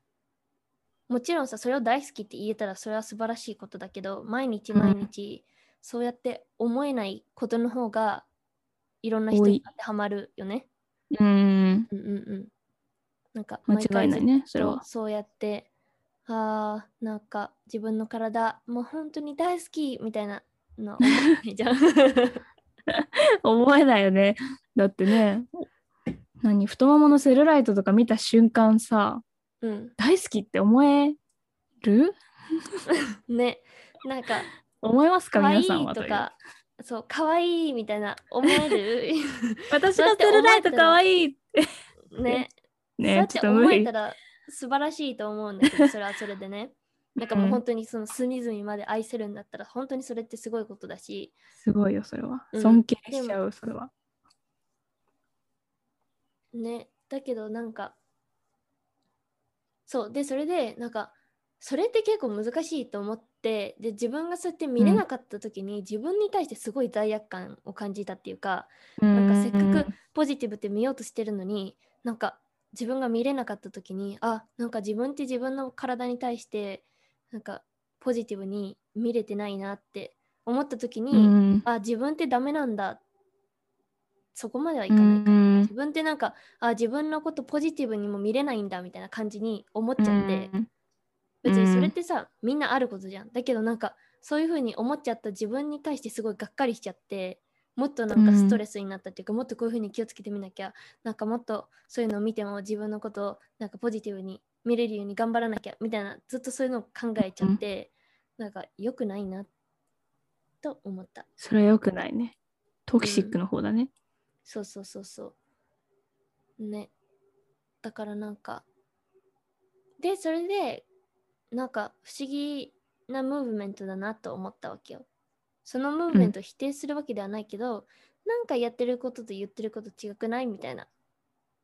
もちろんさそれを大好きって言えたらそれは素晴らしいことだけど毎日
うん
毎日そうやって思えないことの方がいろんな人
多い
に当てはまるよね。
うん、
うんうんうん。なんか
間違いないね、それ
そう
は。
そうやってあーなんか自分の体もう本当に大好きみたいなの思えない じゃん。
思えないよね。 だってね、何、太もものセルライトとか見た瞬間さ、
うん、
大好きって思える
ねなんか
思いますか
可愛
皆
い
さんは
と
いう
かそう可愛いみたいな思え る
私のセルライト可愛い
ね
ね
そ
ちょっ
うやって
と
思
無
え
理
た。ら素晴らしいと思うんだ けどそれはそれでねなんかもう本当にその隅々まで愛せるんだったら本当にそれってすごいことだし
すごいよ、それは。
うん
尊敬しちゃう、それは。
ねだけどなんかそうでそれでなんかそれって結構難しいと思ってで自分がそうやって見れなかった時に、自分に対してすごい罪悪感を感じたっていうか
なん
かせっかくポジティブって見ようとしてるのになんか自分が見れなかった時にあなんか自分って自分の体に対してなんかポジティブに見れてないなって思った時に、
うん、
あ自分ってダメなんだそこまではいか
う
ないか、
ん
自分ってなんかあ自分のことポジティブにも見れないんだみたいな感じに思っちゃって、
うん
別にそれってさみんなあることじゃんだけどなんかそういうふうに思っちゃった自分に対してすごいがっかりしちゃってもっとなんか
うん
ストレスになったっていうか、もっとこういうふうに気をつけてみなきゃなんかもっとそういうのを見ても自分のことをなんかポジティブに見れるように頑張らなきゃみたいなずっとそういうのを考えちゃって、なんか良くないなと思った。
それは良くないね。トキシックの方だね。
そうそうそうそう。ね。だからなんか。で、それで、なんか不思議なムーブメントだなと思ったわけよ。そのムーブメントを否定するわけではないけど、なんかやってることと言ってること違くないみたいな。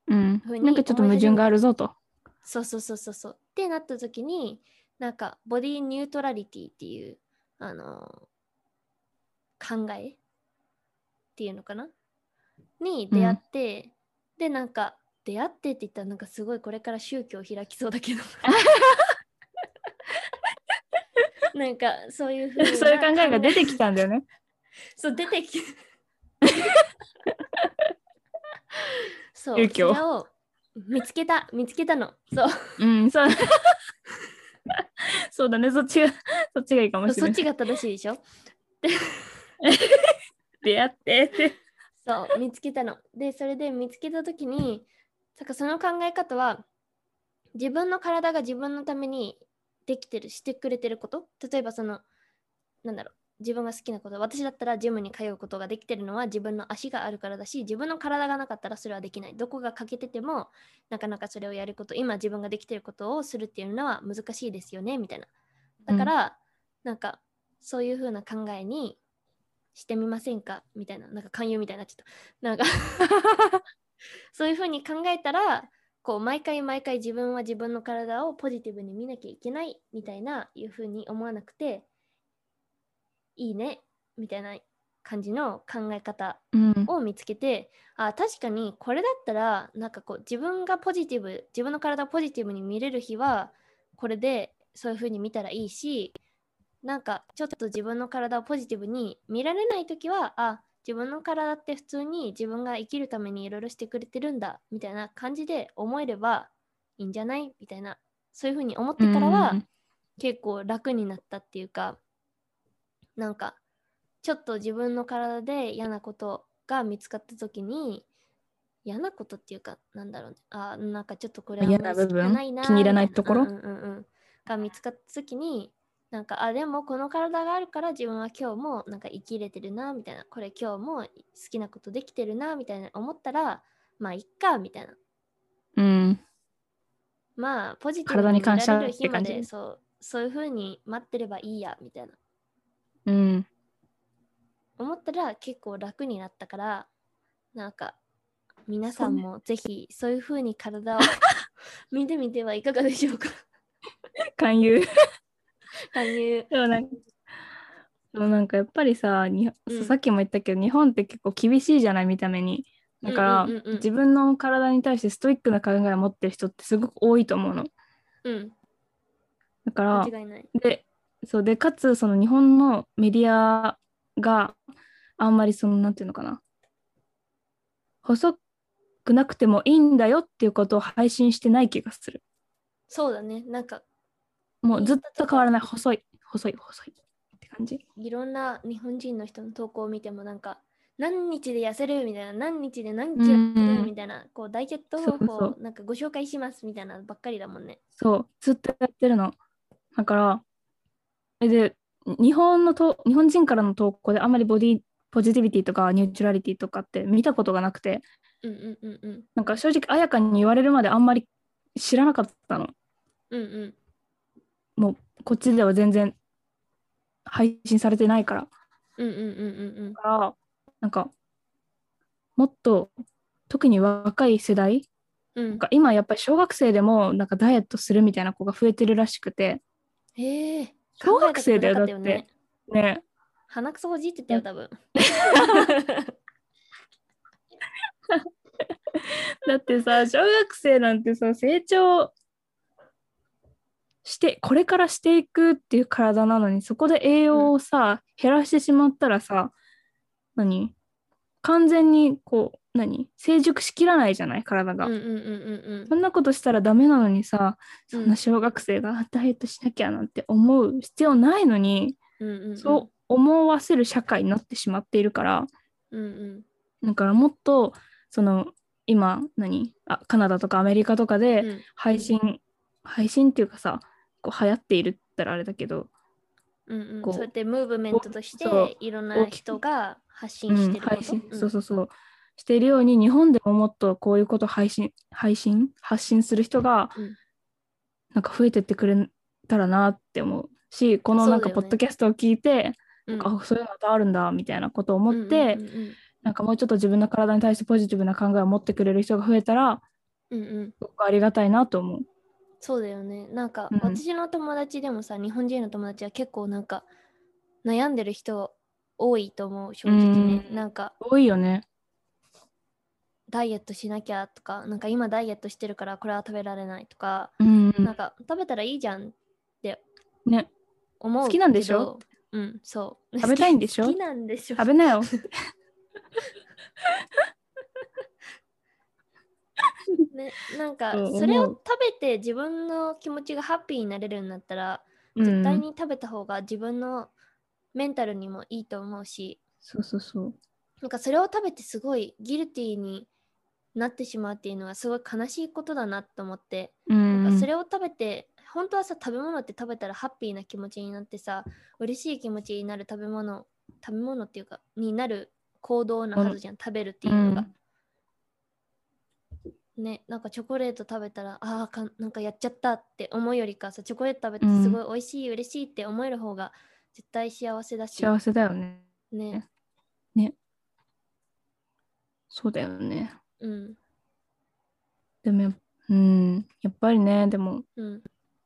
うん。
ふうに
なんかちょっと矛盾があるぞと。
そうそうそうそうそう。ってなった時になんかボディニュートラリティっていうあのー考えっていうのかなに出会って、でなんか出会ってって言ったらなんかすごいこれから宗教を開きそうだけ どなんかそういうふうな
そういう考えが出てきたんだよね。
そう出てき そう
宗教
それを見つけた見つけたのそう
うん、 そう。そうだね、そっちが、そっちがいいかもしれ
そ
な
っ
い。
ちが正しいでし ょ
出会ってって。
そう見つけたの。でそれで見つけた時になんかその考え方は自分の体が自分のためにできてるしてくれてること例えばそのなんだろう自分が好きなこと私だったらジムに通うことができてるのは自分の足があるからだし自分の体がなかったらそれはできないどこが欠けててもなかなかそれをやること今自分ができてることをするっていうのは難しいですよねみたいなだから、なんかそういう風な考えにしてみませんかみたいななんか勧誘みたいになっちゃったなんか そういう風に考えたらこう毎回毎回自分は自分の体をポジティブに見なきゃいけないみたいないう風に思わなくていいねみたいな感じの考え方
うん。
を見つけてあ確かにこれだったらなんかこう自分がポジティブ自分の体をポジティブに見れる日はこれでそういう風に見たらいいしなんかちょっと自分の体をポジティブに見られない時はあ自分の体って普通に自分が生きるためにいろいろしてくれてるんだみたいな感じで思えればいいんじゃないみたいなそういう風に思ってからは、
うん
結構楽になったっていうかなんかちょっと自分の体で嫌なことが見つかった時に嫌なことっていうかなんだろうねあーなんかちょっとこれ
嫌な部分
あんまり好きじゃな
気に入らない
みた
ところ
うんうんうんうんが見つかった時になんかあでもこの体があるから自分は今日もなんか生きれてるなみたいなこれ今日も好きなことできてるなみたいな思ったらまあいっかみたいな
うん。
まあポジティブ
体に
見ら
感謝
れる日ま
って感
で
じ
そうそういう風に待ってればいいやみたいな
うん。
思ったら結構楽になったからなんか皆さんもぜひそういう風に体 を見てみてはいかがでしょうか
勧誘。
勧誘
でもなんか、でもなんかやっぱりさに、
うん
さっきも言ったけど、日本って結構厳しいじゃない、見た目に。だから、
うんうんうんうん
自分の体に対してストイックな考えを持ってる人ってすごく多いと思うの。
うん
だから、
間違いない
で、そうで、かつ、その日本のメディアがあんまりその、なんていうのかな、細くなくてもいいんだよっていうことを配信してない気がする。
そうだねなんか
もうずっと変わらない、細い、細い、細いって感じ。
いろんな日本人の人の投稿を見てもなんか何日で痩せるみたいな何日で何キロ痩せるみたいな、こうダイエット方法
そう
をなんかご紹介しますみたいなのばっかりだもんね
そう、ずっとやってるの。だから、えで、日本のと、日本人からの投稿であんまりボディポジティビティとかニュートラリティとかって見たことがなくて、
うんうんうんうん
なんか正直、綾香に言われるまであんまり知らなかったの。
うんうん
もう、こっちでは全然配信されてないから。
うんうんうんうんうん
だから、なんか、もっと、特に若い世代
うん
なんか今やっぱり小学生でもなんかダイエットするみたいな子が増えてるらしくて、
へえ
小学生だよ
考えたことなか
だってね、
鼻くそほじってたよ多分
だってさ小学生なんてさ成長してこれからしていくっていう体なのにそこで栄養をさ、減らしてしまったらさ何完全にこう何成熟しきらないじゃない体が、
うんうんうん
そんなことしたらダメなのにさそん
う
なん小学生があダイエットしなきゃなんて思う必要ないのに、
うんうんうんうん
そう思わせる社会になってしまっているから、
うんうん
だからもっとその今何あカナダとかアメリカとか
う
で
ん
配信、配信っていうかさこう流行っているったらあれだけど
うんうん
こう
そうやってムーブメントとし
そう
ていろんな人が発信
う
し
ん
てること、
配信、そう
う
そうそうしているように日本でももっとこういうことを配信配信発信する人が、
うん
なんか増えてってくれたらなって思うしこのなん
そ
か
うだよ
ポ
ね
ッドキャストを聞いて、
んうん
あそういうのまたあるんだみたいなことを思って、
うんうん
なんかもうちょっと自分の体に対してポジティブな考えを持ってくれる人が増えたら
うんうんうん
すごくありがたいなと思う。
そうだよねなんか
うん
私の友達でもさ、日本人の友達は結構なんか悩んでる人多いと思う正直ね、
うん
なんか
多いよね。
ダイエットしなきゃとかなんか今ダイエットしてるからこれは食べられないとか、
うん、
なんか食べたらいいじゃん
ね
思う
好きなんでしょ
けどうんそう
食べたいんでしょ
好きなんでしょ
食べなよ。
ね、なんか
そう
それを
思う
食べて自分の気持ちがハッピーになれるようになったら、
うん
絶対に食べた方が自分のメンタルにもいいと思うし
そうそうそう。
なんかそれを食べてすごいギルティーになってしまうっていうのはすごい悲しいことだなと思って、
うん
なんかそれを食べて本当はさ食べ物って食べたらハッピーな気持ちになってさ嬉しい気持ちになる食べ物食べ物っていうかになる行動なはずじゃん食べるっていうのが、ねなんかチョコレート食べたらああかんなんかやっちゃったって思うよりかさチョコレート食べ
うん
てすごい美味しい、嬉しいって思える方が絶対幸せだし
幸せだよね。
ね
そうだよね。
うん
でもやっ、うん、やっぱりね、でも、
うん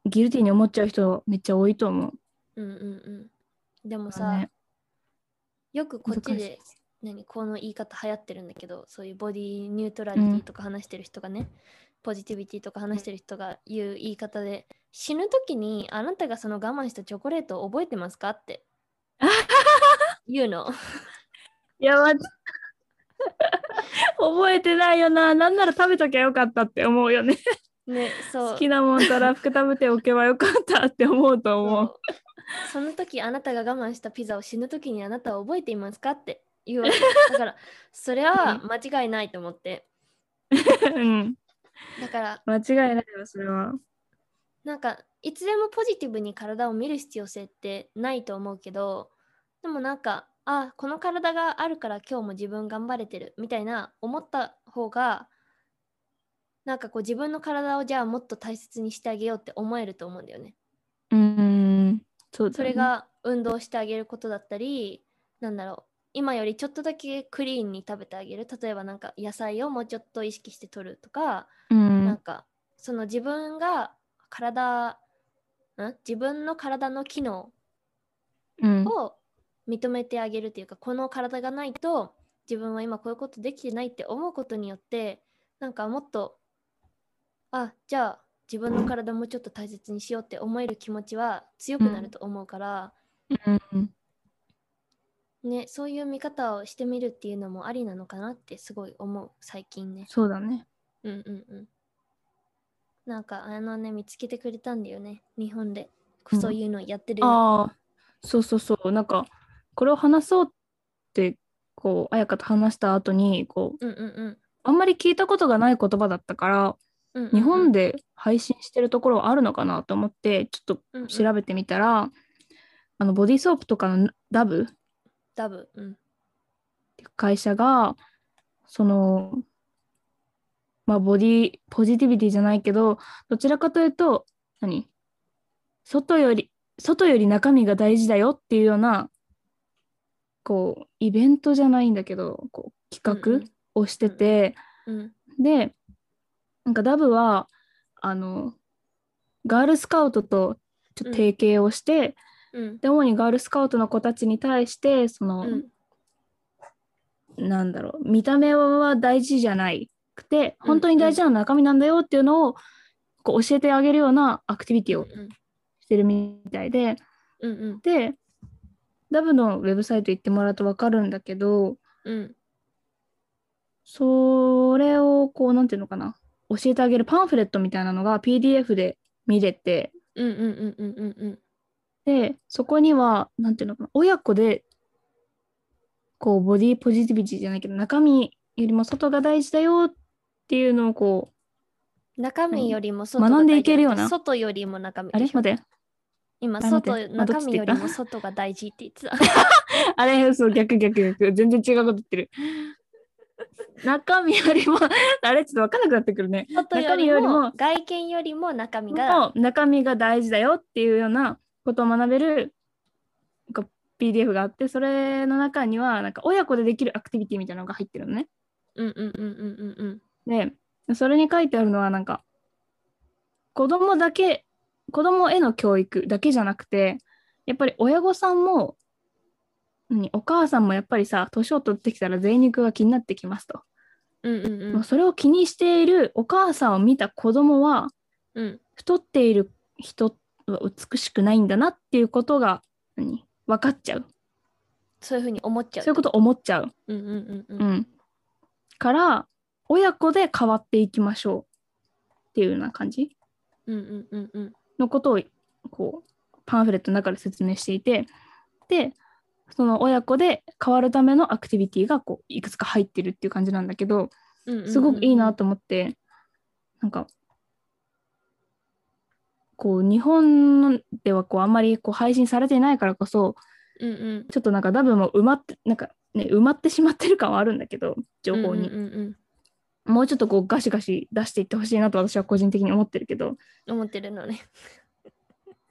ギルティに思っちゃう人めっちゃ多いと思う。
うんうんうんでも
だ
さ、
ね
よくこっち
難しい
で何この言い方流行ってるんだけどそういうボディニュートラリティとか話してる人がね、ポジティビティとか話してる人が言う言い方で死ぬ時にあなたがその我慢したチョコレートを覚えてますか って言うの。
いや、ま 覚えてないよな。なんなら食べときゃよかったって思うよね。
ね、そう
好きなもんたら服食べておけばよかったって思うと思
そ
う。
うその時あなたが我慢したピザを死ぬ時にあなたは覚えていますかって言うわけだからそれは間違いないと思って
うん、
だから
間違いないよ、それは。
なんかいつでもポジティブに体を見る必要性ってないと思うけどでもなんかあこの体があるから今日も自分頑張れてるみたいな思った方がなんかこう自分の体をじゃあもっと大切にしてあげようって思えると思うんだよね。
うん、そうだ
そ
ね
れ、が運動してあげることだったり、なんだろう今よりちょっとだけクリーンに食べてあげる例えばなんか野菜をもうちょっと意識して摂るとか、
う
なん
ん、
かその自分が体ん自分の体の機能
うん、
を認めてあげるというかこの体がないと自分は今こういうことできてないって思うことによってなんかもっとあじゃあ自分の体もうちょっと大切にしようって思える気持ちは強くなると思うから、
うん
ね、そういう見方をしてみるっていうのもありなのかなってすごい思う最近ね。
そうだね。
うんうんうん。なんかあのね見つけてくれたんだよね日本で
うん
そういうのやってるよ、
ああ、そうそうそう。なんか、これを話そうって、こう、彩香と話した後に、こう、
うんうんうん
あんまり聞いたことがない言葉だったから、
うんうんうん。
日本で配信してるところはあるのかなと思って、ちょっ
うんうん
と調べてみたら、あの、ボディーソープとかのダブっ
ダブ、うん、
ていう会社が、その、まあ、ボディ、ポジティビティじゃないけど、どちらかというと、何外より、外より中身が大事だよっていうような、こう、イベントじゃないんだけど、こう、企画をしてて、
うんうん
で、なんかダブは、あの、ガールスカウトとちょっと提携をして、
うん
で、主にガールスカウトの子たちに対して、その、
うん
なんだろう、見た目は大事じゃないくて、
うん
本当に大事なのは中身なんだよっていうのを、こう教えてあげるようなアクティビティをしてるみたいで、
うんうん
で、ダブのウェブサイト行ってもらうと分かるんだけど、
うん
それをこう、なんていうのかな、教えてあげるパンフレットみたいなのが PDF で見れて、
うんうんうんうんうんうん
で、そこには、なんていうのかな、親子で、こう、ボディポジティビティじゃないけど、中身よりも外が大事だよっていうのをこう、
中身よりも外
学んでいけるような
外よりも中身
あれ
でしょ
待って、
今
あ待っ
外
てあどっ
中
ちっ
身
て言
よ
った
りも外が大事って言ってた
あれ、そう、逆逆逆。全然違うこと言ってる。中身よりも、 あれ、ちょっと分かんなくなってくる ね。
外より
中身より
も
も
外見よりも中身が
もう中身が大事だよっていうようなことを学べるなんか PDF があって、それの中には、なんか親子でできるアクティビティみたいなのが入ってるのね。
うんうんうんうんうん
で、それに書いてあるのは、なんか、子供だけ、子供への教育だけじゃなくて、やっぱり親御さんも、何お母さんもやっぱりさ、年を取ってきたら贅肉が気になってきますと。
うんうんうんう
もうんそれを気にしているお母さんを見た子供は
うん
太っている人は美しくないんだなっていうことが何分かっちゃう
そういうふうに思っちゃう
そういうこと思っちゃう、
うんうんうん
う
うん
ん、から親子で変わっていきましょうっていうような感じ
うんうんうんうん
のことをこうパンフレットの中で説明していてでその親子で変わるためのアクティビティがこういくつか入ってるっていう感じなんだけど、
うんうん
すごくいいなと思って、なんか、こう、日本ではこう、あんまりこう配信されていないからこそ、
うんうん
ちょっとなんかダブも埋まって、なんかね、埋まってしまってる感はあるんだけど、情報に。
うんうんうん
もうちょっとこう、ガシガシ出していってほしいなと私は個人的に思ってるけ
う
ど、
ん思ってるのね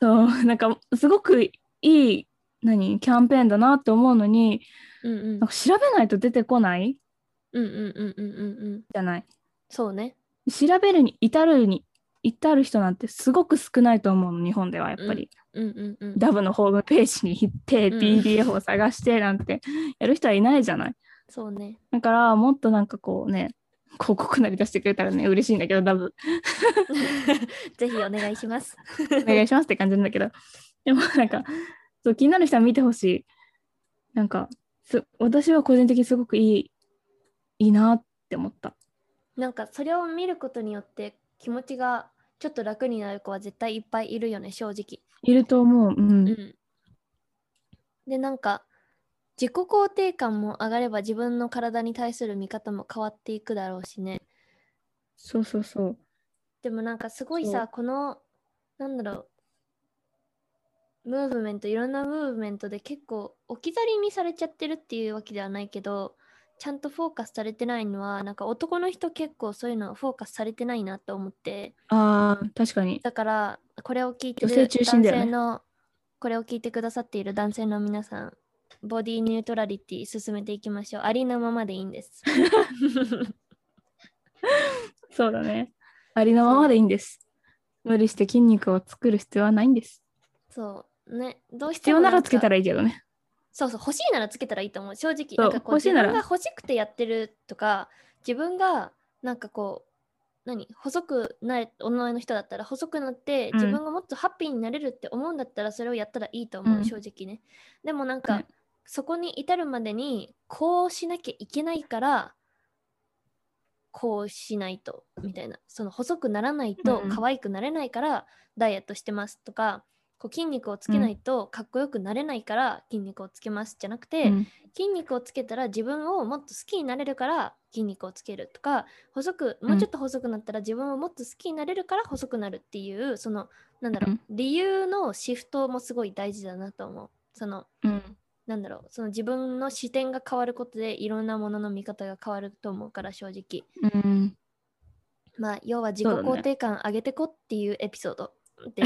そう、なんか、すごくいい、何、キャンペーンだなって思うのに、
うんうん
なんか調べないと出てこない
うんうんうんうんうんうん
じゃない。
そうね
調べるに至るに、至る人なんてすごく少ないと思うの、日本ではやっぱり。
うんうんうん
ダブのホームページに行って
うん
PDF を探してなんてやる人はいないじゃない。
そうね
だからもっとなんかこうね広告なり出してくれたらね嬉しいんだけどダブ
ぜひお願いします
お願いしますって感じなんだけどでもなんかそう気になる人は見てほしい。なんかす私は個人的にすごくいいいいなって思った。
なんかそれを見ることによって気持ちがちょっと楽になる子は絶対いっぱいいるよね正直。
いると思う。うん。
うん、でなんか自己肯定感も上がれば自分の体に対する見方も変わっていくだろうしね。
そうそうそう。
でもなんかすごい
そ
さこのなんだろうムーブメントいろんなムーブメントで結構置き去りにされちゃってるっていうわけではないけどちゃんとフォーカスされてないのはなんか男の人結構そういうのフォーカスされてないなと思って。
ああ確かに。
だからこれを聞いてる
女性中心だよ
男性
ね
のこれを聞いてくださっている男性の皆さんボディニュートラリティ進めていきましょうありのままでいいんです
そうだね。ありのままでいいんです。無理して筋肉を作る必要はないんです。
そうねどうして
必要
も
な
な
ら
んか
つけたらいいけどね。
そうそう欲しいならつけたらいいと思う正直
そう
なんかこう
欲し
自
いな
分
ら
が欲しくてやってるとか自分がなんかこう何細くない女の人だったら細くなって
うん
自分がもっとハッピーになれるって思うんだったらそれをやったらいいと思う、
うん
正直ねでもなんか、
ね
そこに至るまでにこうしなきゃいけないからこうしないとみたいなその細くならないと
うん
可愛くなれないからダイエットしてますとか、こう筋肉をつけないとかっこよくなれないから筋肉をつけますじゃなくて、
うん
筋肉をつけたら自分をもっと好きになれるから筋肉をつけるとか細くもうちょっと細くなったら自分をもっと好きになれるから細くなるっていうそのなんだろう、
うん
理由のシフトもすごい大事だなと思うその
うん
なんだろうその自分の視点が変わることでいろんなものの見方が変わると思うから正直
うん、
まあ要は自己
そうだね
肯定感上げてこっていうエピソードで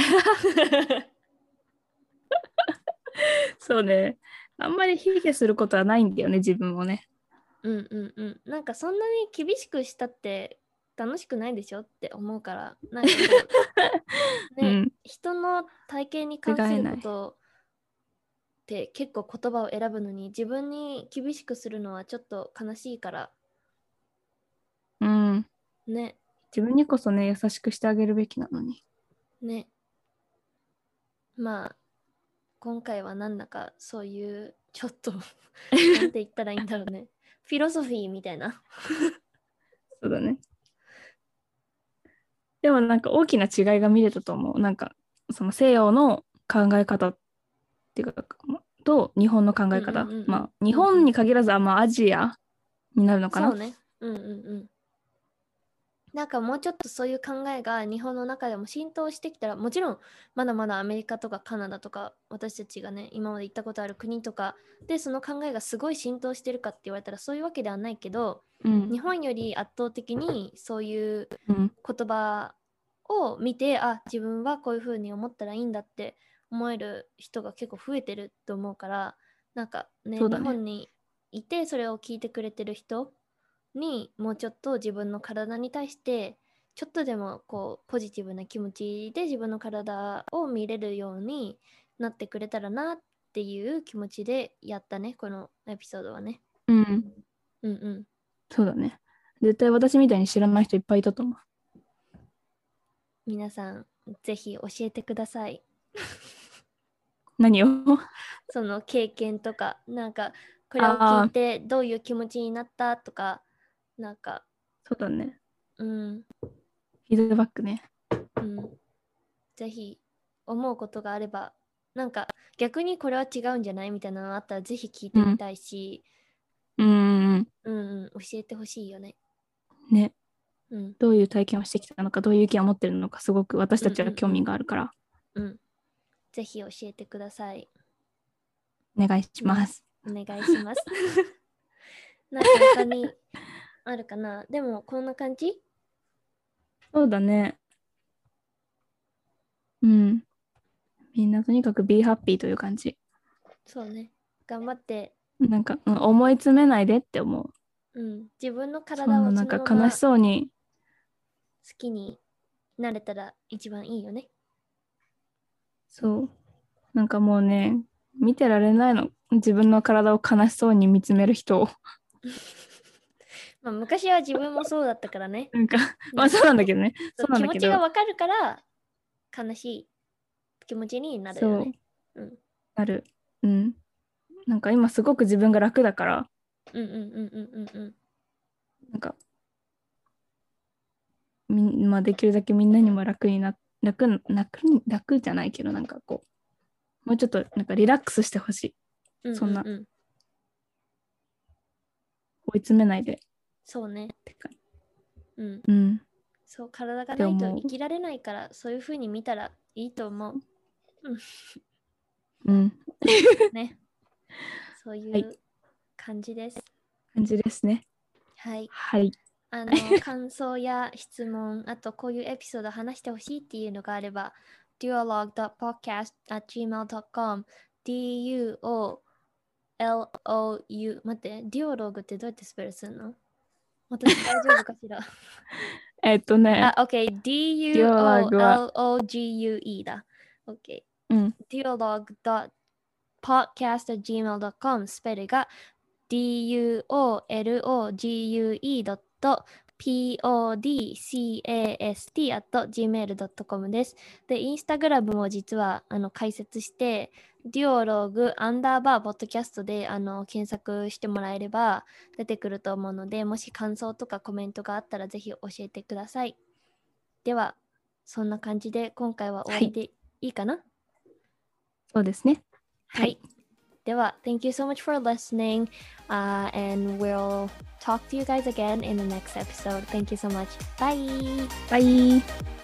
そうね。あんまり卑下することはないんだよね、自分をね。
うんうんうんなんかそんなに厳しくしたって楽しくないでしょって思うからなんかこ うね、
うん、
人の体型に関することって結構言葉を選ぶのに自分に厳しくするのはちょっと悲しいから
うん。
ね
自分にこそね、優しくしてあげるべきなのに。
ねまあ今回はなんだかそういうちょっとなんて言ったらいいんだろうねフィロソフィーみたいな
そうだね。でもなんか大きな違いが見れたと思う。なんか、その西洋の考え方っていうか、と日本の考え方。
うんうんうん
まあ、日本に限らず、あまあ、アジアになるのかな。
そうねうんうんうんなんかもうちょっとそういう考えが日本の中でも浸透してきたらもちろんまだまだアメリカとかカナダとか私たちがね今まで行ったことある国とかでその考えがすごい浸透してるかって言われたらそういうわけではないけど
うん
日本より圧倒的にそういう
うん
言葉を見てあ自分はこういうふうに思ったらいいんだって思える人が結構増えてると思うからなんかね
そう
日
だね
本にいてそれを聞いてくれてる人にもうちょっと自分の体に対してちょっとでもこうポジティブな気持ちで自分の体を見れるようになってくれたらなっていう気持ちでやったねこのエピソードはね。
うん
うんうん
そうだね絶対私みたいに知らない人いっぱいいたと思う
皆さんぜひ教えてください。
何を
その経験とかなんかこれを聞いてどういう気持ちになったとかなんか
そうだね
うん
フィードバックね
うんぜひ思うことがあればなんか逆にこれは違うんじゃないみたいなのあったらぜひ聞いてみたいし、
うんうん
うん、うん教えてほしいよね。
うんね
うん
どういう体験をしてきたのかどういう意見を持ってるのかすごく私たちは興味があるから、
うんぜひ教えてください。
お願いします
お願いし ます。なんか他にあるかなでもこんな感じ
そうだねうんみんなとにかく be happy という感じ
そうね。頑張って、
なんか、うん思い詰めないでって思う
うん、自分の
そ
体
んな
を
なん
そ
か
のまま
悲しそうに
好きになれたら一番いいよね。
そうなんかもうね見てられないの自分の体を悲しそうに見つめる 人を。
まあ、昔は自分もそうだったからね
なんか まあそうなんだけどね
そう
そうなん
気
だ
持
けど
ちがわかるから悲しい気持ちになるよね。
そう、
うん
なるうんなんか今すごく自分が楽だから
うんうんうんうんうんうん。
なんかみん、まあ、できるだけみんなにも楽にな楽な楽に楽じゃないけどなんかこうもうちょっとなんかリラックスしてほしい
うんうんうん
そんな追い詰めないでっ
そうね。
てか
うん。
うん
そう、体がない
って
と
思う
生きられないから、そういうふうに見たらいいと思う。
うん
ね。そう
はいいう
感じです。
感じですね
はい。
はい
あの感想や質問、あとこういうエピソード話してほしいっていうのがあれば、duolog.podcast.gmail.com、duolog、待って、duolog ってどうやってスペルするの私大丈夫かしら
えっとね
あ、OK、
Duologue は
duologue だ。OK。
うん、
duolog.podcast.gmail.com スペルが duologue.podcast.gmail.com です。で、インスタグラムも実はあの解説して、duolog アンダーバーポッドキャストであの検索してもらえれば出てくると思うので、もし感想とかコメントがあったらぜひ教えてください。では、そんな感じで今回は終わりでいいかな、
そうですね。
はい。では、Thank you so much for listening.、Uh, and we'll talk to you guys again in the next episode. Thank you so much. Bye!
バイ。